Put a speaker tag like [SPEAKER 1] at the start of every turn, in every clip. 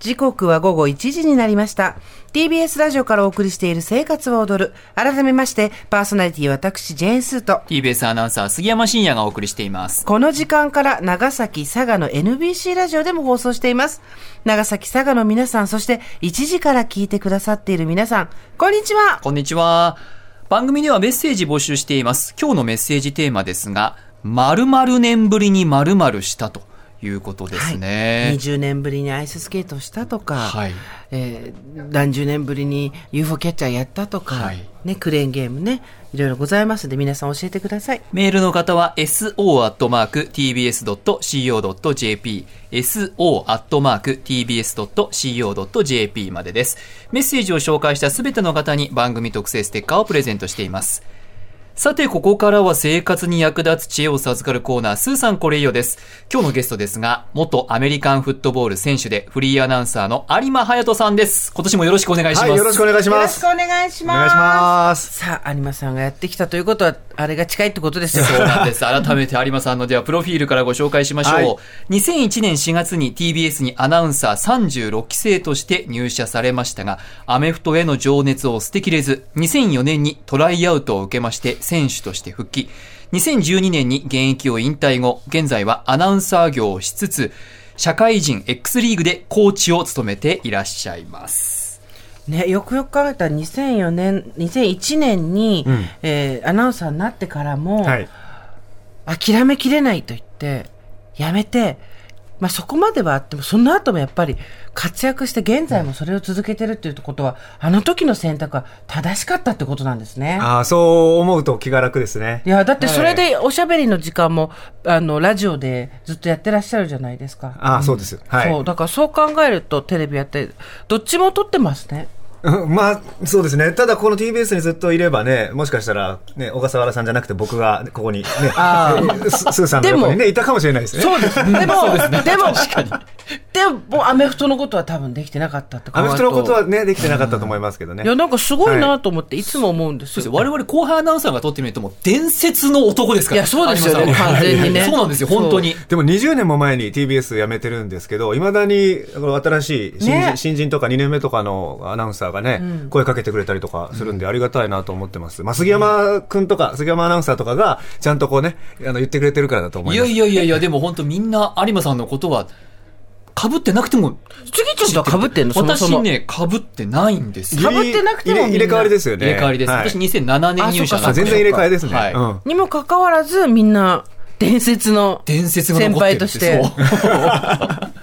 [SPEAKER 1] 時刻は午後1時になりました TBS ラジオからお送りしている「生活は踊る」改めましてパーソナリティ私ジェーン・スーと
[SPEAKER 2] TBS アナウンサー杉山真也がお送りしています
[SPEAKER 1] この時間から長崎、佐賀の NBC ラジオでも放送しています。長崎、佐賀の皆さん、そして1時から聞いてくださっている皆さん、こんにちは
[SPEAKER 2] こんにちは番組ではメッセージ募集しています今日のメッセージテーマですが〇〇年ぶりに〇〇したということですね、
[SPEAKER 1] !20 年ぶりにアイススケートしたとか、
[SPEAKER 2] はい
[SPEAKER 1] えー何十年ぶりに UFO キャッチャーやったとか、
[SPEAKER 2] はい
[SPEAKER 1] ね、クレーンゲームね、いろいろございますので皆さん教えてください。
[SPEAKER 2] メールの方は so.tbs.co.jp so.tbs.co.jp までです。メッセージを紹介したすべての方に番組特製ステッカーをプレゼントしています。さて、ここからは生活に役立つ知恵を授かるコーナー、スーさんこれいよです。今日のゲストですが、元アメリカンフットボール選手でフリーアナウンサーの有馬隼人さんです。今年もよろしくお願いします。
[SPEAKER 3] はい、よろしくお願いし
[SPEAKER 1] よろ
[SPEAKER 3] ま
[SPEAKER 1] しく
[SPEAKER 3] す。
[SPEAKER 1] お願いし
[SPEAKER 3] お願
[SPEAKER 1] ま
[SPEAKER 3] い
[SPEAKER 1] す。
[SPEAKER 3] します。
[SPEAKER 1] さあ、有馬さんがやってきたということは、あれが近いってことですよ。
[SPEAKER 2] そうなんです。改めて有馬さんのではプロフィールからご紹介しましょう。
[SPEAKER 3] はい
[SPEAKER 2] 2001年4月に TBS にアナウンサー36期生として入社されましたが、アメフトへの情熱を捨てきれず、2004年にトライアウトを受けまして選手として復帰。2012年に現役を引退後、現在はアナウンサー業をしつつ、社会人 X リーグでコーチを務めていらっしゃいます。
[SPEAKER 1] ね、よくよく考えたら2004年2001年に、
[SPEAKER 3] うん
[SPEAKER 1] えーアナウンサーになってからも、
[SPEAKER 3] はい。
[SPEAKER 1] 諦めきれないと言ってやめて、まあ、そこまではあってもその後もやっぱり活躍して現在もそれを続けてるっていうことは、あの時の選択は正しかったってことなんですね。
[SPEAKER 3] ああ、そう思うと気が楽ですね。
[SPEAKER 1] いやだってそれ
[SPEAKER 3] はい
[SPEAKER 1] でおしゃべりの時間も、あのラジオでずっとやってらっしゃるじゃないですか。
[SPEAKER 3] ああ、そうです。は
[SPEAKER 1] そう
[SPEAKER 3] い。
[SPEAKER 1] だからそう考えるとテレビやってどっちも撮ってますね。
[SPEAKER 3] うん まあ、そうですね。ただ、この TBS にずっといればね、もしかしたら、ね、小笠原さんじゃなくて僕がここにね、
[SPEAKER 1] あ
[SPEAKER 3] ススーさんの横
[SPEAKER 1] で
[SPEAKER 3] に
[SPEAKER 1] も
[SPEAKER 3] ね、いたかもしれないですね。
[SPEAKER 1] そうです。でも、でも、
[SPEAKER 2] 確かに。
[SPEAKER 1] でも、アメフトのことは多分できてなかったとか。
[SPEAKER 3] アメフトのことはね、できてなかったと思いますけどね
[SPEAKER 1] い。や、なんかすごいなと思って、いつも思うんで
[SPEAKER 2] そ
[SPEAKER 1] す
[SPEAKER 2] うです
[SPEAKER 1] よ。
[SPEAKER 2] 我々後輩アナウンサーが撮ってみるともう伝説の男ですか
[SPEAKER 1] い
[SPEAKER 2] ら
[SPEAKER 1] やそうですよね
[SPEAKER 2] 有馬さんは
[SPEAKER 1] 完全にね
[SPEAKER 2] いやそうなんですよ本当に
[SPEAKER 3] でも20年も前に TBS 辞めてるんですけど、いまだにこの新しい新人,、
[SPEAKER 1] ね
[SPEAKER 3] 新人とか2年目とかのアナウンサーがね、声かけてくれたりとかするんでありがたいなと思ってます。まあ、杉山くんとか、杉山アナウンサーとかが、ちゃんとこうね、あの言ってくれてるからだと思
[SPEAKER 2] い
[SPEAKER 3] い
[SPEAKER 2] や
[SPEAKER 3] ます。
[SPEAKER 2] いやいやいやでも本当みんな有馬さんのことは被ってなくても
[SPEAKER 1] 次ちょっと被ってんのそもそ
[SPEAKER 2] 私
[SPEAKER 1] も。
[SPEAKER 2] ね被ってないんですよ
[SPEAKER 1] 被ってなくてもみんな
[SPEAKER 3] 入れ入れ替わりですよね。
[SPEAKER 2] 入れ替わりです、
[SPEAKER 3] はい
[SPEAKER 2] 私2007年入社
[SPEAKER 1] あ
[SPEAKER 2] な
[SPEAKER 3] あ
[SPEAKER 2] んで
[SPEAKER 3] 全然入れ替えですね。
[SPEAKER 2] はい
[SPEAKER 3] うん
[SPEAKER 1] にもかかわらず、みんな、伝説の。
[SPEAKER 2] 伝説が残ってるんです
[SPEAKER 1] 先輩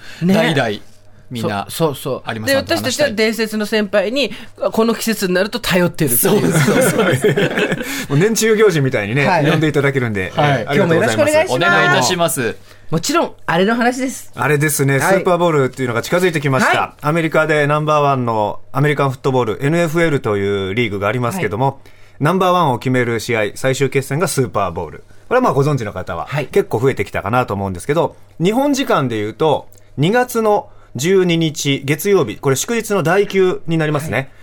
[SPEAKER 2] そう
[SPEAKER 1] ね
[SPEAKER 2] 代々みんな
[SPEAKER 1] そうそうそ
[SPEAKER 2] 有
[SPEAKER 1] う。
[SPEAKER 2] 馬
[SPEAKER 1] で、
[SPEAKER 2] さんと
[SPEAKER 1] 私た
[SPEAKER 2] 話し
[SPEAKER 1] ち
[SPEAKER 2] た
[SPEAKER 1] はい伝説の先輩に、この季節になると頼ってるっていう。
[SPEAKER 2] そうそうそう
[SPEAKER 3] もう年中行事みたいにね、
[SPEAKER 1] はい
[SPEAKER 3] 呼んでいただけるんで、
[SPEAKER 2] はい
[SPEAKER 3] えーありがとうござい
[SPEAKER 1] 今日もよろしくお
[SPEAKER 3] ま
[SPEAKER 1] 願い
[SPEAKER 3] す
[SPEAKER 1] しま。す
[SPEAKER 2] お願いいたします
[SPEAKER 1] もちろん、あれの話です。
[SPEAKER 3] あれですね、ス
[SPEAKER 1] はい
[SPEAKER 3] ーパーボールっていうのが近づいてきました。
[SPEAKER 1] は
[SPEAKER 3] アメリカでナンバーワンのアメリカンフットボール NFL というリーグがありますけども、ナンバーワンを決める試合、最終決戦がスーパーボール。これはまあご存知の方は、
[SPEAKER 1] はい
[SPEAKER 3] 結構増えてきたかなと思うんですけど、日本時間で言うと、2月の12日月曜日、これ祝日の第9になりますね。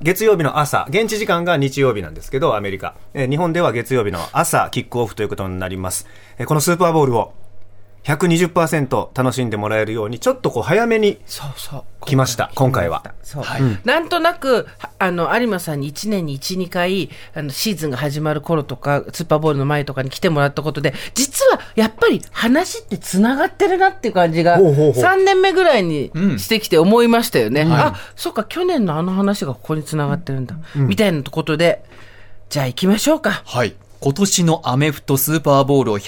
[SPEAKER 3] 月曜日の朝、現地時間が日曜日なんですけど、アメリカ。えー日本では月曜日の朝、キックオフということになります。えーこのスーパーボールを120%楽しんでもらえるように、ちょっとこう早めに
[SPEAKER 1] そうそう。
[SPEAKER 3] 来ました、今回は。
[SPEAKER 1] そう、
[SPEAKER 2] はい
[SPEAKER 1] なんとなくはあの有馬さんに1年に12回あのシーズンが始まる頃とかスーパーボールの前とかに来てもらったことで実はやっぱり話ってつながってるなっていう感じが
[SPEAKER 3] ほうほうほう
[SPEAKER 1] 3年目ぐらいにしてきて思いましたよね、
[SPEAKER 2] は
[SPEAKER 1] あそうか去年のあの話がここにつながってるんだ、みたいなことでじゃあ行きましょうか
[SPEAKER 2] はい。今年のアメフトスーパーボールを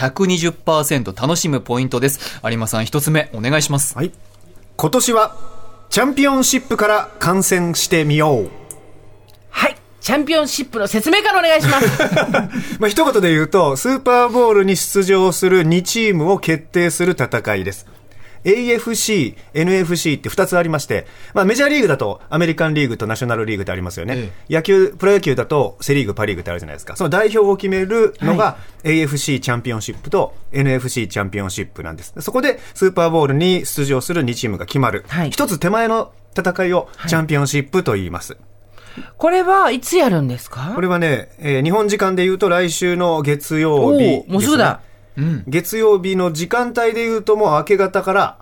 [SPEAKER 2] 120%楽しむポイントです。有馬さん、一つ目、お願いします。
[SPEAKER 3] はい。今年は、チャンピオンシップから観戦してみよう。
[SPEAKER 1] はいチャンピオンシップの説明からお願いします
[SPEAKER 3] まあ、一言で言うと、スーパーボールに出場する2チームを決定する戦いです。AFC、NFC って2つありまして、まあ、メジャーリーグだとアメリカンリーグとナショナルリーグってありますよね
[SPEAKER 2] え、
[SPEAKER 3] 野球プロ野球だとセ・リーグ、パ・リーグってあるじゃないですか、その代表を決めるのが AFC チャンピオンシップと NFC チャンピオンシップなんです、そこでスーパーボールに出場する2チームが決まる、
[SPEAKER 1] はい
[SPEAKER 3] 一つ手前の戦いをチャンピオンシップと言います。
[SPEAKER 1] これはいつやるんですか
[SPEAKER 3] これはね、えー日本時間で言うと来週の月曜日です、ね。
[SPEAKER 1] おーもうすぐだ
[SPEAKER 3] 月曜日の時間帯で言うともう明け方から、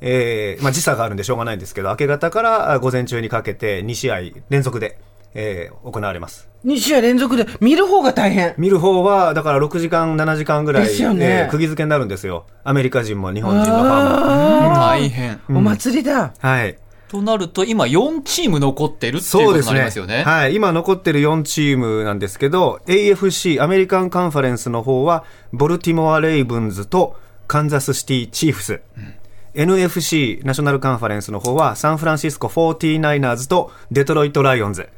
[SPEAKER 3] えーまあ、時差があるんでしょうがないんですけど、明け方からあ午前中にかけて2試合連続で、えー行われます。
[SPEAKER 1] 2試合連続で見る方が大変。
[SPEAKER 3] 見る方は、だから6時間、7時間ぐらい、
[SPEAKER 1] ですよね
[SPEAKER 3] えー釘付けになるんですよ。アメリカ人も日本人のファンも。
[SPEAKER 1] あ
[SPEAKER 2] 大変。
[SPEAKER 1] ーお祭りだ。
[SPEAKER 3] はい。
[SPEAKER 2] となると、今4チーム残ってるっていう
[SPEAKER 3] そう
[SPEAKER 2] こと
[SPEAKER 3] で
[SPEAKER 2] にな
[SPEAKER 3] す
[SPEAKER 2] り
[SPEAKER 3] ね。
[SPEAKER 2] ますよね。
[SPEAKER 3] はい。今残ってる4チームなんですけど、AFC、アメリカンカンファレンスの方は、ボルティモア・レイブンズとカンザスシティ・チーフス。NFC、ナショナルカンファレンスの方は、サンフランシスコ 49ers とデトロイト・ライオンズ。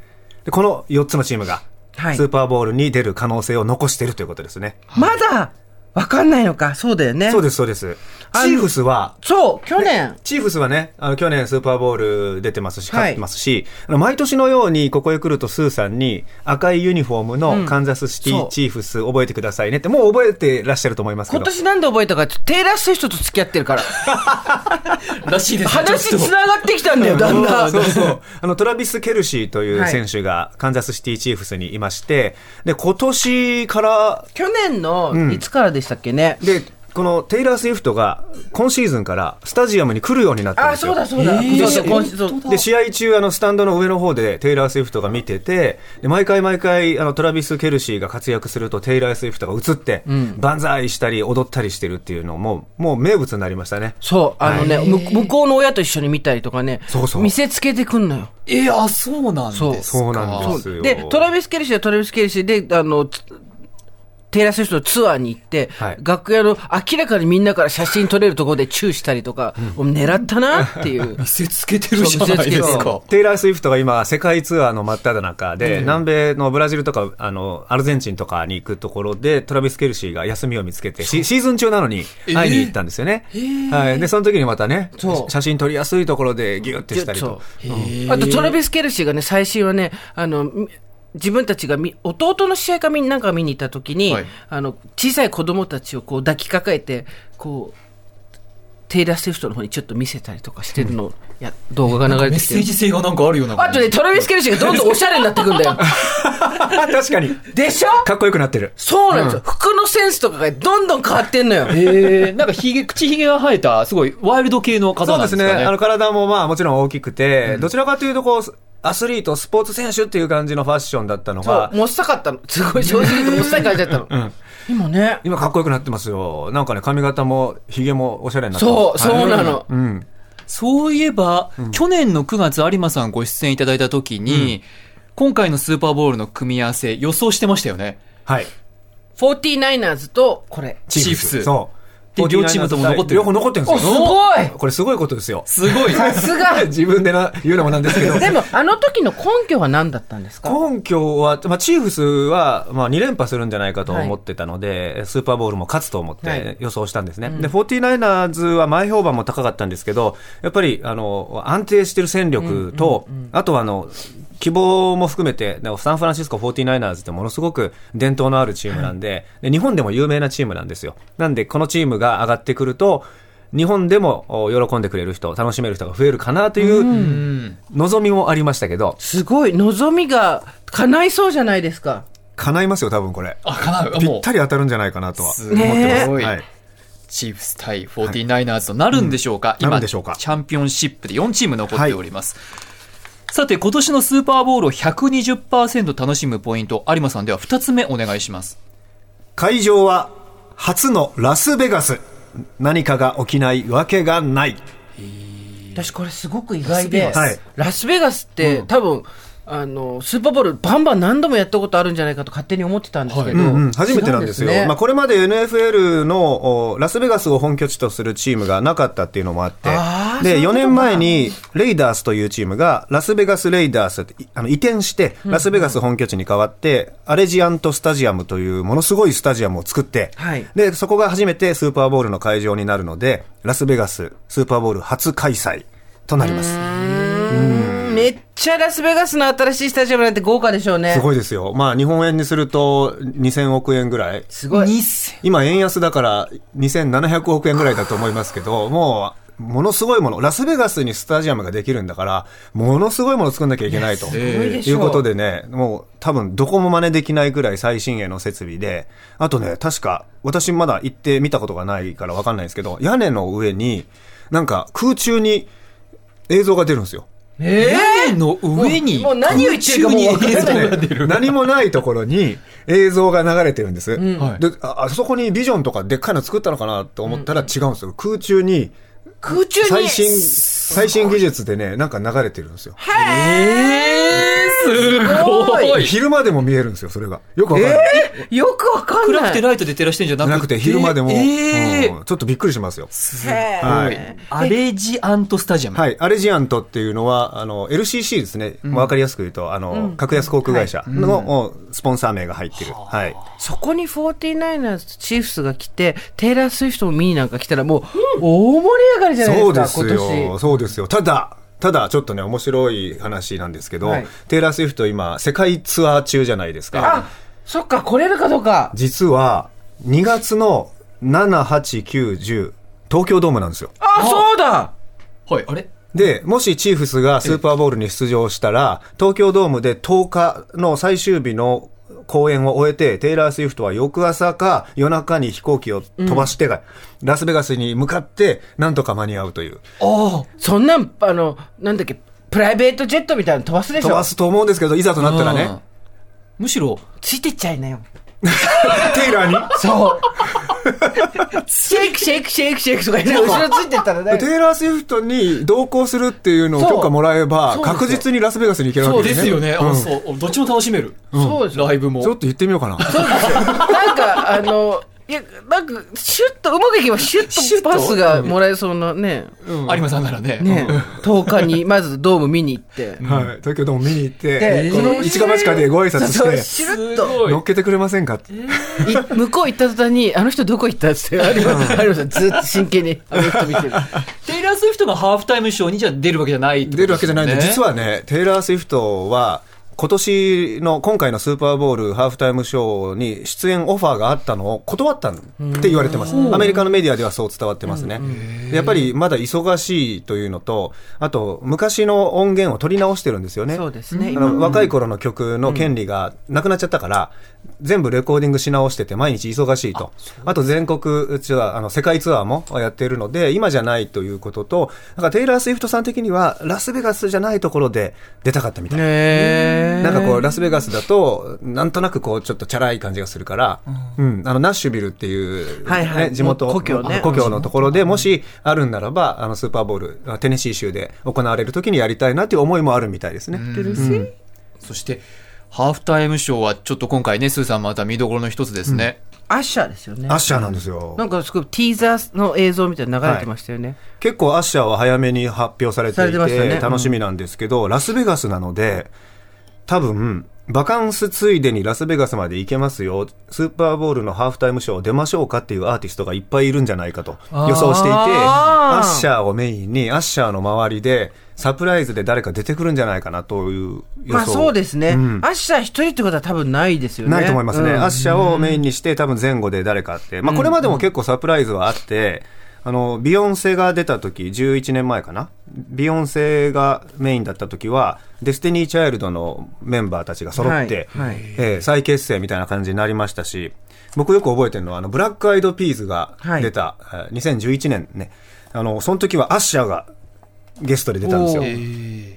[SPEAKER 3] でこの4つのチームが、
[SPEAKER 1] はい
[SPEAKER 3] スーパーボールに出る可能性を残しているということですね。
[SPEAKER 1] まだ、わかんないのか。そうだよね。
[SPEAKER 3] そう
[SPEAKER 1] で
[SPEAKER 3] です、そうです。チ
[SPEAKER 1] あの
[SPEAKER 3] ーフスは、
[SPEAKER 1] そう、去年。
[SPEAKER 3] チーフスはね、あの去年スーパーボール出てますし、
[SPEAKER 1] はい
[SPEAKER 3] 勝ってますし、あの毎年のようにここへ来るとスーさんに赤いユニフォームのカンザスシテ
[SPEAKER 1] そ
[SPEAKER 3] ィ
[SPEAKER 1] う
[SPEAKER 3] チーフス覚えてくださいねって、もう覚えてらっしゃると思いますけ
[SPEAKER 1] 今
[SPEAKER 3] ど。
[SPEAKER 1] 年なんで覚えたかって、テイラー・スウィフトと付き合ってる から。
[SPEAKER 2] らしいですねち
[SPEAKER 1] 話
[SPEAKER 2] ょっと
[SPEAKER 1] 繋がってきたんだよ、だんだん。
[SPEAKER 3] そうそう。あの、トラビス・ケルシーという
[SPEAKER 1] はい
[SPEAKER 3] 選手がカンザスシティチーフスにいまして、で、今年から、
[SPEAKER 1] 去年の、いつからでしたっけね。
[SPEAKER 3] で、このテイラー・スウィフトが今シーズンからスタジアムに来るようになったん
[SPEAKER 1] あ、
[SPEAKER 3] ですよ。
[SPEAKER 1] そうだそうだ。
[SPEAKER 2] え
[SPEAKER 1] そ
[SPEAKER 2] ー
[SPEAKER 1] うそう
[SPEAKER 2] で
[SPEAKER 1] 今シーズン
[SPEAKER 3] で、試合中、あの、スタンドの上の方で、テイラー・スウィフトが見てて、で、毎回毎回、あの、トラビス・ケルシーが活躍すると、テイラー・スウィフトが映って、万歳したり、踊ったりしてるっていうのも、もう名物になりましたね。
[SPEAKER 1] そう、あのね、む向こうの親と一緒に見たりとかね、
[SPEAKER 3] そうそう
[SPEAKER 1] 見せつけてくんのよ。
[SPEAKER 2] えー、あ、そうなんですか。
[SPEAKER 3] そうなんですよ。
[SPEAKER 1] で、トラビス・ケルシーはトラビス・ケルシーで、あの、つテイラー・スウィフトのツアーに行って、
[SPEAKER 3] はい
[SPEAKER 1] 楽屋の明らかにみんなから写真撮れるところでチューしたりとか、もう狙ったなって いう。
[SPEAKER 2] 見せつけてるじゃない
[SPEAKER 1] そう見
[SPEAKER 2] で
[SPEAKER 1] せ
[SPEAKER 2] す
[SPEAKER 1] つけてる
[SPEAKER 2] か。
[SPEAKER 3] テイラー・スウィフトが今、世界ツアーの真っ只中で、南米のブラジルとか、あの、アルゼンチンとかに行くところで、トラビス・ケルシーが休みを見つけて、シシーズン中なのに会いに行ったんですよね。はい。で、その時にまたね
[SPEAKER 1] そ、う
[SPEAKER 3] 写真撮りやすいところでギュッてしたり
[SPEAKER 1] そう
[SPEAKER 3] と。
[SPEAKER 1] あとトラビス・ケルシーがね、最新はね、あの、み自分たちがみ弟の試合かみなんか見に行った時に、
[SPEAKER 2] はい
[SPEAKER 1] あの、小さい子供たちをこう抱きかかえて、こう、テイラー・スウィフトの方にちょっと見せたりとかしてるの、や動画が流れ
[SPEAKER 2] メッ
[SPEAKER 1] てき
[SPEAKER 2] セー
[SPEAKER 1] て。
[SPEAKER 2] ジ性がなんかあるような
[SPEAKER 1] あとね、トラビス・ケルシーがどんどんおしゃれになってくんだよ。
[SPEAKER 3] 確かに。
[SPEAKER 1] でしょ
[SPEAKER 3] かっこよくなってる。
[SPEAKER 1] そうなんですよ、服のセンスとかがどんどん変わってんのよ。
[SPEAKER 2] えー、なんかひげ、 口ひげが生えた、すごいワイルド系の
[SPEAKER 3] そ
[SPEAKER 2] 方
[SPEAKER 3] う
[SPEAKER 2] なんです
[SPEAKER 3] です
[SPEAKER 2] かね。
[SPEAKER 3] ね。あの、体もまあもちろん大きくて、どちらかというとこう、アスリート、スポーツ選手っていう感じのファッションだったの
[SPEAKER 1] そ
[SPEAKER 3] が
[SPEAKER 1] う、、もっさかったの。すごい正直言うともっさい感じだったの。今ね。
[SPEAKER 3] 今かっこよくなってますよ。なんかね、髪型も、髭もおしゃれになってます。
[SPEAKER 1] そう、そうなの。
[SPEAKER 3] うん。
[SPEAKER 2] そういえば、去年の9月有馬さんご出演いただいた時に、今回のスーパーボールの組み合わせ予想してましたよね。
[SPEAKER 3] はい。
[SPEAKER 1] 49ers と、これ。
[SPEAKER 2] チーフス
[SPEAKER 3] そう。
[SPEAKER 2] で両チームとも残ってる
[SPEAKER 3] 両方残ってるんで
[SPEAKER 1] お、
[SPEAKER 3] す
[SPEAKER 1] す
[SPEAKER 3] よ。
[SPEAKER 1] ごい
[SPEAKER 3] これすごいことですよ。
[SPEAKER 2] すごい。
[SPEAKER 1] さすが
[SPEAKER 3] 自分でな言うのもなんで すけど。
[SPEAKER 1] でも、あの時の根拠は何だったんですか
[SPEAKER 3] 根拠は、まあ、チーフスは、まあ、2連覇するんじゃないかと思ってたので、スーパーボールも勝つと思っ
[SPEAKER 1] はい
[SPEAKER 3] て予想したんですね。で、49ers は前評判も高かったんですけど、やっぱり、あの、安定してる戦力と、あとは、あの、希望も含めて、でもサンフランシスコ 49ers ってものすごく伝統のあるチームなんで、で日本でも有名なチームなんですよ。なんで、このチームが上がってくると、日本でもお喜んでくれる人、楽しめる人が増えるかなという望みもありましたけど、
[SPEAKER 1] すごい、望みが叶いそうじゃないですか。
[SPEAKER 3] 叶いますよ、多分これ。
[SPEAKER 2] あ、かなう。
[SPEAKER 3] ぴ
[SPEAKER 2] も
[SPEAKER 3] っ
[SPEAKER 2] う
[SPEAKER 3] た。り当たるんじゃないかなとは
[SPEAKER 2] す
[SPEAKER 3] 思って
[SPEAKER 2] ご
[SPEAKER 3] ます。
[SPEAKER 2] い。
[SPEAKER 3] はい、
[SPEAKER 2] チーフス対 49ers となるんでしょうか、
[SPEAKER 3] うんなるんでしょうか
[SPEAKER 2] チャンピオンシップで4チーム残っております、さて今年のスーパーボールを120%楽しむポイント有馬さんでは2つ目お願いします
[SPEAKER 3] 会場は初のラスベガス。何かが起きないわけがない。
[SPEAKER 1] 私これすごく意外で、
[SPEAKER 3] ラスベガスはい
[SPEAKER 1] ラスベガスって、多分、あの、スーパーボールバンバン何度もやったことあるんじゃないかと勝手に思ってたんですけど。
[SPEAKER 3] うんうん、初めてなんですよ。
[SPEAKER 1] 違ね
[SPEAKER 3] まあ、これまで NFL のおラスベガスを本拠地とするチームがなかったっていうのもあって
[SPEAKER 1] あー、そう
[SPEAKER 3] で、
[SPEAKER 1] いうこ
[SPEAKER 3] 4
[SPEAKER 1] とか
[SPEAKER 3] 年前にレイダースというチームがラスベガスレイダースっていあの移転して、ラスベガス本拠地に変わって、アレジアントスタジアムというものすごいスタジアムを作って、
[SPEAKER 1] はい
[SPEAKER 3] で、そこが初めてスーパーボールの会場になるので、ラスベガススーパーボール初開催となります。
[SPEAKER 1] めっちゃラスベガスの新しいスタジアムなんて豪華でしょうね。
[SPEAKER 3] す
[SPEAKER 1] い。
[SPEAKER 3] ごいですよ。まあ、日本円にすると2000億円ぐらい。
[SPEAKER 1] すごい。
[SPEAKER 2] 2000
[SPEAKER 3] 今、円安だから2700億円ぐらいだと思いますけど、もう、ものすごいもの、ラスベガスにスタジアムができるんだから、ものすごいもの作んなきゃいけないと。
[SPEAKER 1] すごいでし
[SPEAKER 3] い
[SPEAKER 1] ょ
[SPEAKER 3] うことでね、もう多分どこも真似できないぐらい最新鋭の設備で、あとね、確か、私まだ行ってみたことがないからわかんないんですけど、屋根の上に、なんか空中に映像が出るんですよ。
[SPEAKER 1] え
[SPEAKER 2] 屋根の上に
[SPEAKER 1] もうもう何を言ってるかもう分かんない
[SPEAKER 2] 空中に映像が出る
[SPEAKER 3] 何もないところに映像が流れてるんです。
[SPEAKER 2] はい
[SPEAKER 3] でああそこにビジョンとかでっかいの作ったのかなと思ったら違うんですよ。空中に
[SPEAKER 1] 空中に
[SPEAKER 3] 最新、最新技術でね、なんか流れてるんですよ。
[SPEAKER 2] えー、すご
[SPEAKER 1] すご
[SPEAKER 2] い
[SPEAKER 3] 昼間でも見えるんですよ、それが。よくわかんない。
[SPEAKER 1] よくわかんない
[SPEAKER 2] 暗くてライトで照らしてんじゃなくて
[SPEAKER 3] なくて昼間でも、
[SPEAKER 2] えー
[SPEAKER 3] うんちょっとびっくりしますよ。
[SPEAKER 1] へー
[SPEAKER 3] はい
[SPEAKER 2] アレジアントスタジアム、
[SPEAKER 3] はい、アレジアントっていうのは、あの、LCC ですね。わ、かりやすく言うと、あの、格安航空会社の、おスポンサー名が入ってる。はい。
[SPEAKER 1] そこに 49ers チーフスが来てテイラー・スウィフトも見になんか来たらもう大盛り上がりじゃない
[SPEAKER 3] そうで
[SPEAKER 1] ですか、
[SPEAKER 3] す
[SPEAKER 1] 今
[SPEAKER 3] よ。
[SPEAKER 1] 年
[SPEAKER 3] そうですよ。ただ、ただ、ちょっとね、面白い話なんですけど、
[SPEAKER 1] はい
[SPEAKER 3] テイラー・スウィフト今、世界ツアー中じゃないですか。
[SPEAKER 1] あそっか来れるかどうか
[SPEAKER 3] 実は、2月の7、8、9、10、東京ドームなんですよ。
[SPEAKER 1] あそうだ
[SPEAKER 2] はい、あれ
[SPEAKER 3] で、もしチーフスがスーパーボウルに出場したら、東京ドームで10日の最終日の公演を終えて、テイラー・スウィフトは翌朝か夜中に飛行機を飛ばしてが、ラスベガスに向かって、なんとか間に合うという。
[SPEAKER 2] あ
[SPEAKER 1] そんなんあのなんだっけプライベートジェットみたいなの飛ばすでし
[SPEAKER 3] 飛
[SPEAKER 1] ょ
[SPEAKER 3] ばすと思うんですけど、いざと
[SPEAKER 2] あ
[SPEAKER 3] なったらね、
[SPEAKER 2] むしろ
[SPEAKER 1] ついてっちゃいなよ
[SPEAKER 3] テイラーに
[SPEAKER 1] そうシェイクシェイクシェイクシェイクとか言って後ろついてったらね
[SPEAKER 3] テイラー・スウィフトに同行するっていうのを許可もらえば
[SPEAKER 1] そ、うそうですよ
[SPEAKER 3] 確実にラスベガスに行けるわけですね。
[SPEAKER 2] ですよね、
[SPEAKER 3] う
[SPEAKER 2] あ
[SPEAKER 3] んちょ
[SPEAKER 2] そうどっちも楽しめる、
[SPEAKER 1] そうですよ
[SPEAKER 2] ライブも
[SPEAKER 3] っと行ってみよう かな。
[SPEAKER 1] なんかあのいやなんかシュッとうまくいけばシュ
[SPEAKER 2] シュッ
[SPEAKER 1] ッ
[SPEAKER 2] と
[SPEAKER 1] とパスがもらえそうなね
[SPEAKER 2] 有馬さんならね
[SPEAKER 1] ね10日にまずドーム見に行って
[SPEAKER 3] はい。東京ドーム見に行って
[SPEAKER 1] で、
[SPEAKER 3] この一か八かでご挨
[SPEAKER 1] そ
[SPEAKER 3] 拶
[SPEAKER 1] うそう
[SPEAKER 3] して、
[SPEAKER 1] シュルッ
[SPEAKER 2] すご
[SPEAKER 1] と
[SPEAKER 2] い
[SPEAKER 3] 乗っけてくれませんかって。
[SPEAKER 1] い向こう行った途端に「あの人どこ行った?」っつって有馬有馬さんずっと真剣にあの人見てる
[SPEAKER 2] テイラー・スウィフトがハーフタイムショーにじゃあ出るわけじゃないってこと
[SPEAKER 3] 出るわけじゃないんで、
[SPEAKER 2] ね
[SPEAKER 3] 実はね、テイラー・スウィフトは、今年の、今回のスーパーボールハーフタイムショーに出演オファーがあったのを断ったんって言われてます。アメリカのメディアではそう伝わってますね。やっぱりまだ忙しいというのと、あと、昔の音源を取り直してるんですよね。
[SPEAKER 1] そうですね
[SPEAKER 3] あの若い頃の曲の権利がなくなっちゃったから、全部レコーディングし直してて、毎日忙しいと。あと全国ツアー、あの、世界ツアーもやっているので、今じゃないということと、なんかテイラー・スウィフトさん的には、ラスベガスじゃないところで出たかったみたい。
[SPEAKER 1] ね
[SPEAKER 3] なんかこう、ラスベガスだと、なんとなくこう、ちょっとチャラい感じがするから、うん、あの、ナッシュビルっていう、
[SPEAKER 1] はいはい
[SPEAKER 3] ね地元、
[SPEAKER 1] 故郷ね
[SPEAKER 3] 故郷のところで、もしあるんならば、あの、スーパーボール、テネシー州で行われる時にやりたいなという思いもあるみたいですね。
[SPEAKER 2] そしてハーフタイムショーはちょっと今回ねスーさんまた見どころの一つですね、
[SPEAKER 1] アッシャーですよね
[SPEAKER 3] アッシャーなんですよ。
[SPEAKER 1] なんかすごいティーザーの映像みたいなの流れてましたよね、
[SPEAKER 3] 結構アッシャーは早めに発表されて
[SPEAKER 1] さ
[SPEAKER 3] い
[SPEAKER 1] れ
[SPEAKER 3] て
[SPEAKER 1] てましたねうん
[SPEAKER 3] 楽しみなんですけど、ラスベガスなので多分バカンスついでにラスベガスまで行けますよスーパーボールのハーフタイムショー出ましょうかっていうアーティストがいっぱいいるんじゃないかと予想していて
[SPEAKER 1] あー
[SPEAKER 3] アッシャーをメインにアッシャーの周りでサプライズで誰か出てくるんじゃないかなという予想、
[SPEAKER 1] まあそうですね、
[SPEAKER 3] ん
[SPEAKER 1] アッシャー一人ってことは多分ないですよね
[SPEAKER 3] ないと思いますね、
[SPEAKER 1] うん
[SPEAKER 3] アッシャーをメインにして、多分前後で誰かって、まあ、これまでも結構サプライズはあって、あのビヨンセが出た時11年前かな、ビヨンセがメインだった時は、デスティニー・チャイルドのメンバーたちが揃って、
[SPEAKER 1] はいはい
[SPEAKER 3] えー再結成みたいな感じになりましたし、僕よく覚えてるのは、あのブラック・アイド・ピーズが出た、えー2011年ね、あのその時はアッシャーがゲストで出たんですよ
[SPEAKER 1] お。ー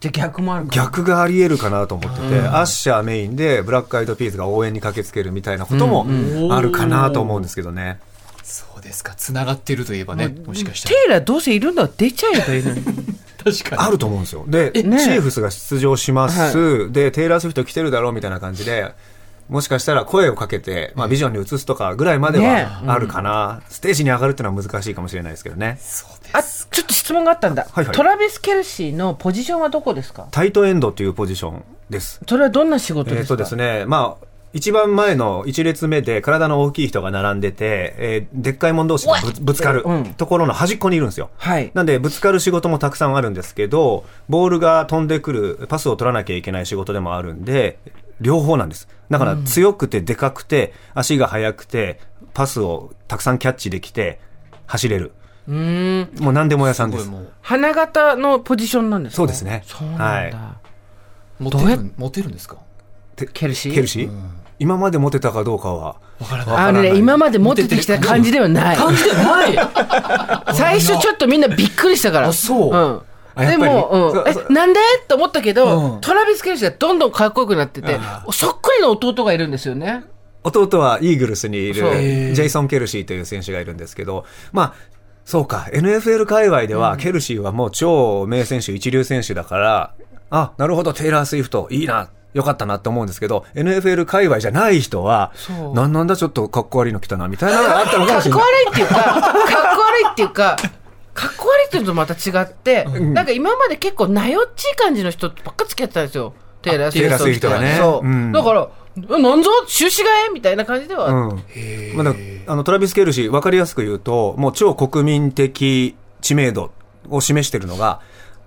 [SPEAKER 1] じゃあ逆もあるか
[SPEAKER 3] 逆があり得るかなと思ってて、アッシャーメインでブラックアイドピーズが応援に駆けつけるみたいなこともあるかなと思うんですけどね。
[SPEAKER 2] そうですかつながってるといえばねもしかした
[SPEAKER 1] テ
[SPEAKER 2] ら
[SPEAKER 1] イラーどうせいるんだ出ちゃえばいいの に
[SPEAKER 2] 確か
[SPEAKER 3] あ
[SPEAKER 2] に
[SPEAKER 3] ると思うんですよ。で、
[SPEAKER 1] ね
[SPEAKER 3] チーフスが出場します、で、テイラー・スウィフト来てるだろうみたいな感じで、もしかしたら声をかけて、まあ、ビジョンに移すとかぐらいまで
[SPEAKER 1] ね
[SPEAKER 3] はあるかな、ステージに上がるっていうのは難しいかもしれないですけどね。
[SPEAKER 2] そうです
[SPEAKER 1] あちょっと質問があったんだ、
[SPEAKER 3] はいはい
[SPEAKER 1] トラビス・ケルシーのポジションはどこですか
[SPEAKER 3] タイトエンドというポジションです。
[SPEAKER 1] それはどんな仕事
[SPEAKER 3] え
[SPEAKER 1] で
[SPEAKER 3] ー
[SPEAKER 1] すか、
[SPEAKER 3] とですね、まあ、一番前の一列目で体の大きい人が並んでて、えーでっかいもん同士がぶつぶつかる
[SPEAKER 1] うん
[SPEAKER 3] ところの端っこにいるんですよ。
[SPEAKER 1] はい
[SPEAKER 3] なんで、ぶつかる仕事もたくさんあるんですけど、ボールが飛んでくる、パスを取らなきゃいけない仕事でもあるんで、両方なんです。だから強くてでかくて、足が速くて、パスをたくさんキャッチできて、走れる。もう何でも屋さんです
[SPEAKER 2] す。ごいもう
[SPEAKER 1] 花形のポジションなんですか
[SPEAKER 3] そうですね
[SPEAKER 1] そうなんだ、
[SPEAKER 3] は
[SPEAKER 2] モ
[SPEAKER 1] どう
[SPEAKER 2] テ
[SPEAKER 1] や
[SPEAKER 2] るモテるんですか
[SPEAKER 1] ケルシー
[SPEAKER 3] ケルシー、今までモテたかどうかはわからない
[SPEAKER 1] あのね、今まで持っててきた感じではない。
[SPEAKER 2] 感じてない
[SPEAKER 1] 最初ちょっとみんなびっくりしたから。
[SPEAKER 2] あそうん
[SPEAKER 3] あやっぱ
[SPEAKER 1] で
[SPEAKER 3] り
[SPEAKER 1] も、うん、
[SPEAKER 3] そうそう
[SPEAKER 1] え、なんでと思ったけど、
[SPEAKER 2] うん
[SPEAKER 1] トラビス・ケルシーがどんどんかっこよくなってて、そっくりの弟がいるんですよね。
[SPEAKER 3] 弟はイーグルスにいるジ
[SPEAKER 1] そうへ
[SPEAKER 3] ェイソン・ケルシーという選手がいるんですけど、まあ、そうか、NFL 界隈では、ケルシーはもう超名選手、一流選手だから、あ、なるほど、テイラー・スウィフト、いいな、よかったなって思うんですけど、NFL 界隈じゃない人は
[SPEAKER 1] そ、う
[SPEAKER 3] なんなんだ、ちょっとかっこ悪いの来たな、みたいなのがあったのか
[SPEAKER 1] か
[SPEAKER 3] も
[SPEAKER 1] っ
[SPEAKER 3] しれ
[SPEAKER 1] こ
[SPEAKER 3] ない
[SPEAKER 1] 悪。いっていうか、かっこ悪いっていうか、かっこ悪いっていうのとまた違って、なんか今まで結構なよっちい感じの人ばっか付き合ってたんですよ。テイラー・スウィフト
[SPEAKER 3] テイラースウィフトがね
[SPEAKER 1] そう。
[SPEAKER 3] うん
[SPEAKER 1] だから、えなんぞ中止がえみたいな感じでは、
[SPEAKER 3] うんまあ、だあのトラビス・ケルシー、分かりやすく言うと、もう超国民的知名度を示しているのが、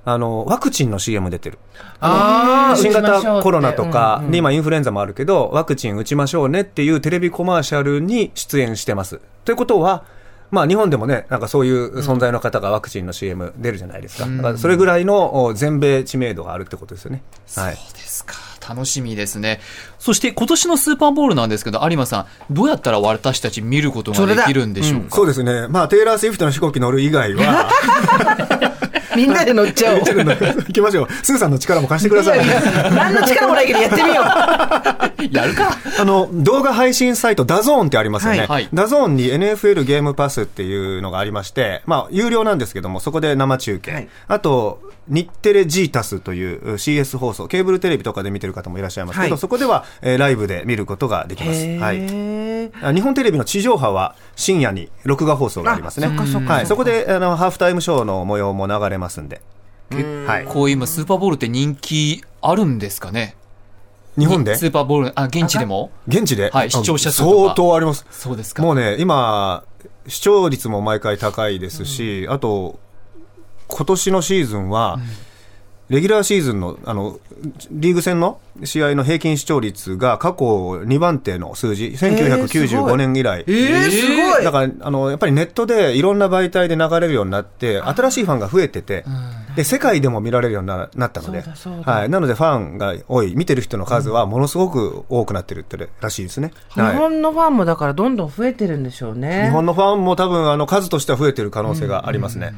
[SPEAKER 3] あのワクチンの CM 出てる。
[SPEAKER 1] あー
[SPEAKER 3] 新
[SPEAKER 1] 打ちましょうっ
[SPEAKER 3] 型
[SPEAKER 1] て
[SPEAKER 3] コロナとか、で今インフルエンザもあるけど、ワクチン打ちましょうねっていうテレビコマーシャルに出演してます。ということは、まあ日本でもね、なんかそういう存在の方がワクチンの CM 出るじゃないですか。だからそれぐらいのお全米知名度があるってことですよね。はい。
[SPEAKER 2] そうですか楽しみですねそして今年のスーパーボールなんですけど有馬さんどうやったら私たち見ることができるんでしょうか
[SPEAKER 3] そうですね。まあテイラー・スウィフトの飛行機乗る以外は、
[SPEAKER 1] みんなで乗っちゃおう。
[SPEAKER 3] 行きましょう。スーさんの力も貸してください。
[SPEAKER 1] 何の力もないけどやってみよう。
[SPEAKER 2] やるか
[SPEAKER 3] あの、動画配信サイト、ダゾーンってありますよね。
[SPEAKER 2] はいはい
[SPEAKER 3] ダゾーンに NFL ゲームパスっていうのがありまして、まあ、有料なんですけども、そこで生中継。
[SPEAKER 1] はい
[SPEAKER 3] あと、日テレ G タスという CS 放送、ケーブルテレビとかで見てる方もいらっしゃいますけど、
[SPEAKER 1] はい
[SPEAKER 3] そこでは、えーライブで見ることができます。はい。
[SPEAKER 1] へー
[SPEAKER 3] あ日本テレビの地上波は深夜に録画放送がありますね。
[SPEAKER 1] あそっかそっか
[SPEAKER 3] はい、
[SPEAKER 1] そ
[SPEAKER 3] そ
[SPEAKER 1] っか
[SPEAKER 3] こであのハーフタイムショーの模様も流れますんで。はい、
[SPEAKER 2] こう今スーパーボールって人気あるんですかね
[SPEAKER 3] 日本で
[SPEAKER 2] スーパーボールあ現地でも
[SPEAKER 3] 現地で、
[SPEAKER 2] はい
[SPEAKER 3] あ
[SPEAKER 2] 視聴者数とか
[SPEAKER 3] 相当あります。
[SPEAKER 2] そうですか
[SPEAKER 3] もうね、今、視聴率も毎回高いですし、あと、今年のシーズンは、レギュラーシーズンのあのリーグ戦の試合の平均視聴率が過去2番手の数字、
[SPEAKER 1] すご
[SPEAKER 3] 1995
[SPEAKER 1] い
[SPEAKER 3] 年以来、
[SPEAKER 1] えー、すごい。
[SPEAKER 3] だからあのやっぱりネットでいろんな媒体で流れるようになって、新しいファンが増えてて、で世界でも見られるようにななったので、
[SPEAKER 1] そうだそうだ
[SPEAKER 3] はい、なのでファンが多い、見てる人の数はものすごく多くなってるってらしいですね。はい
[SPEAKER 1] 日本のファンもだからどんどん増えてるんでしょうね。
[SPEAKER 3] 日本のファンも多分あの数としては増えてる可能性がありますね、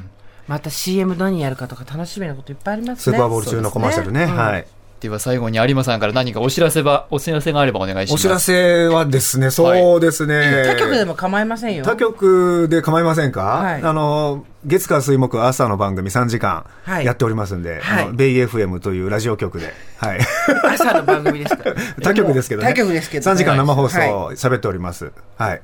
[SPEAKER 1] また CM 何やるかとか楽しみなこといっぱいあります
[SPEAKER 3] ス
[SPEAKER 1] ね。
[SPEAKER 3] ーパーボール中のコマーシャルねはい
[SPEAKER 2] では最後に有馬さんから何かお知らせばお知らせがあればお願いし
[SPEAKER 3] お
[SPEAKER 2] ます
[SPEAKER 3] 知らせはですねそうですね、
[SPEAKER 1] 他局でも構いませんよ。
[SPEAKER 3] 他局で構いませんか、
[SPEAKER 1] はい
[SPEAKER 3] あの月火水木朝の番組3時間
[SPEAKER 1] はい
[SPEAKER 3] やっておりますんで、
[SPEAKER 1] はい
[SPEAKER 3] あのベイ FM というラジオ局で、 はい、。
[SPEAKER 1] 朝の番組ですから
[SPEAKER 3] 他局ですけどね
[SPEAKER 1] 他局ですけど、
[SPEAKER 3] 3時間生放送
[SPEAKER 1] はい
[SPEAKER 3] 喋っております、はい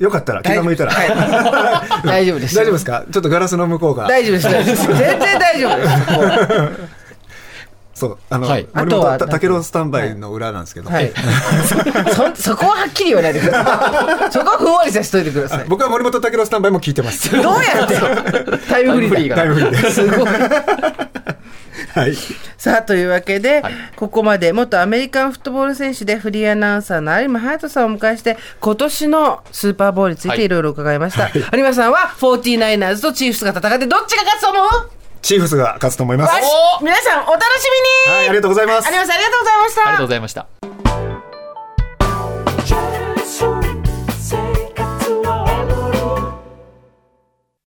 [SPEAKER 3] よかったら 気が向いたら、
[SPEAKER 1] はい大丈夫です。
[SPEAKER 3] 大丈夫ですかちょっとガラスの向こうが
[SPEAKER 1] 大丈夫です。大丈夫です全然大丈夫です。
[SPEAKER 3] そうあの、
[SPEAKER 2] はい
[SPEAKER 3] 森
[SPEAKER 1] あとは
[SPEAKER 3] 本たけろスタンバイの裏なんですけど、
[SPEAKER 1] はい。 そ、そこははっきり言わないでください。そこはふんわりさせといてください。
[SPEAKER 3] 僕は森本たけろスタンバイも聞いてます
[SPEAKER 1] どうやってタイムフリーだ
[SPEAKER 3] タイムフリーです
[SPEAKER 1] ごい。
[SPEAKER 3] はい
[SPEAKER 1] さあというわけで、ここまで元アメリカンフットボール選手でフリーアナウンサーの有馬隼人さんをお迎えして今年のスーパーボールについ
[SPEAKER 2] は
[SPEAKER 1] て
[SPEAKER 2] い
[SPEAKER 1] いろいろ伺いました、有馬さんは 49ers とチーフスが戦ってどっちが勝つと思う
[SPEAKER 3] チーフスが勝つと思います。
[SPEAKER 1] 皆さんお楽しみに、
[SPEAKER 3] はい、ありがとうございます
[SPEAKER 1] 有。馬さんありがとうございました
[SPEAKER 2] ありがとうございました